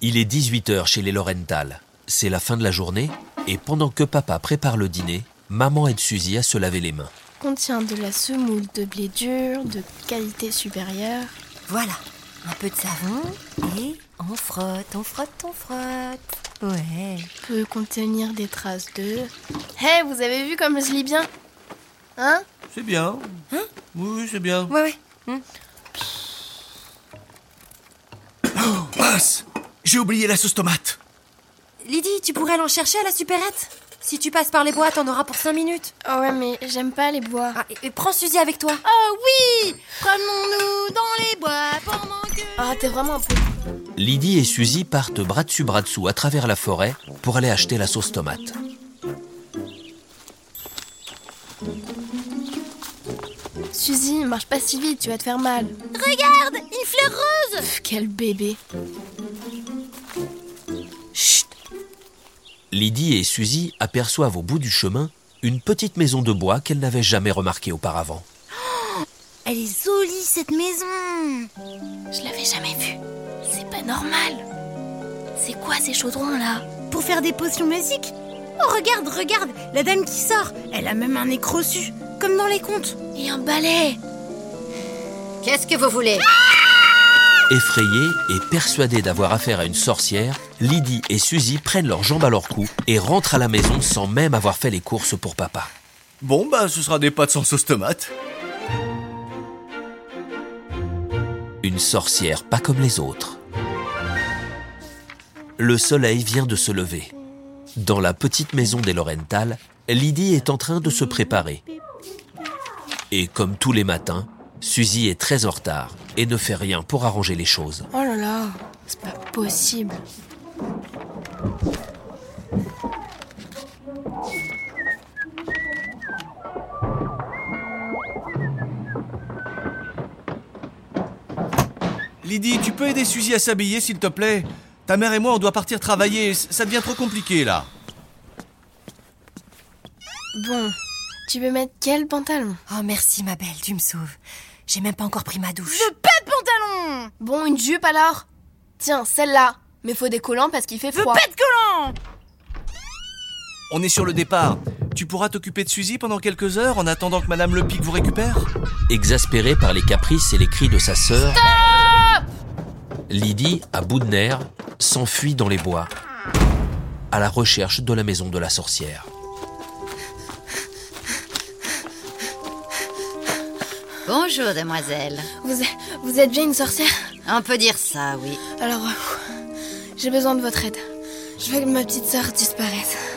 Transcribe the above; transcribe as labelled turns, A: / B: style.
A: Il est 18h chez les Laurental. C'est la fin de la journée et pendant que papa prépare le dîner, maman aide Suzy à se laver les mains.
B: Contient de la semoule de blé dur de qualité supérieure.
C: Voilà, un peu de savon et on frotte, on frotte, on frotte. Ouais.
B: Peut contenir des traces de. Hé, vous avez vu comme je lis bien Hein
D: C'est bien.
C: Hein
D: oui, c'est bien.
C: Ouais, ouais.
D: Mince J'ai oublié la sauce tomate.
C: Lydie, tu pourrais aller en chercher à la supérette Si tu passes par les bois, t'en auras pour 5 minutes.
B: Oh ouais, mais j'aime pas les bois. Ah
C: Ah, et, et prends Suzy avec toi.
E: Oh oui Prenons-nous dans les bois pendant que...
B: Ah, t'es vraiment un peu.
A: Lydie et Suzy partent bras dessus bras dessous à travers la forêt pour aller acheter la sauce tomate.
B: Suzy, marche pas si vite, tu vas te faire mal.
E: Regarde Une fleur rose
B: Pff, quel bébé.
C: Chut
A: Lydie et Suzy aperçoivent au bout du chemin une petite maison de bois qu'elles n'avaient jamais remarquée auparavant.
C: Elle est jolie cette maison.
B: Je l'avais jamais vu. C'est pas normal. C'est quoi ces chaudrons là
C: Pour faire des potions magiques Oh, regarde, regarde La dame qui sort Elle a même un nez crossu, comme dans les contes.
B: Et un balai
C: Qu'est-ce que vous voulez
A: Effrayées et persuadées d'avoir affaire à une sorcière, Lydie et Suzy prennent leurs jambes à leur cou et rentrent à la maison sans même avoir fait les courses pour papa.
D: Bon, bah, ce sera des pâtes sans sauce tomate.
A: Une sorcière pas comme les autres. Le soleil vient de se lever. Dans la petite maison des Laurental, Lydie est en train de se préparer. Et comme tous les matins, Suzy est très en retard et ne fait rien pour arranger les choses.
B: Oh là là, c'est pas possible.
D: Lydie, tu peux aider Suzy à s'habiller, s'il te plaît Ta mère et moi, on doit partir travailler. c- Ça devient trop compliqué, là.
B: Bon, tu veux mettre quel pantalon
C: Oh, merci ma belle, tu me sauves. J'ai même pas encore pris ma douche.
E: Pas de pantalon
B: Bon, une jupe alors Tiens, celle-là. Mais faut des collants parce qu'il fait
E: Veux
B: froid.
E: pas de collant
D: On est sur le départ. Tu pourras t'occuper de Suzy pendant quelques heures en attendant que Madame Lepic vous récupère
A: Exaspérée par les caprices et les cris de sa sœur, Lydie, à bout de nerfs, s'enfuit dans les bois à la recherche de la maison de la sorcière.
F: Bonjour, demoiselle.
B: Vous, êtes- vous êtes bien une sorcière
F: On peut dire ça, oui.
B: Alors, euh, j'ai besoin de votre aide. Je veux que ma petite sœur disparaisse.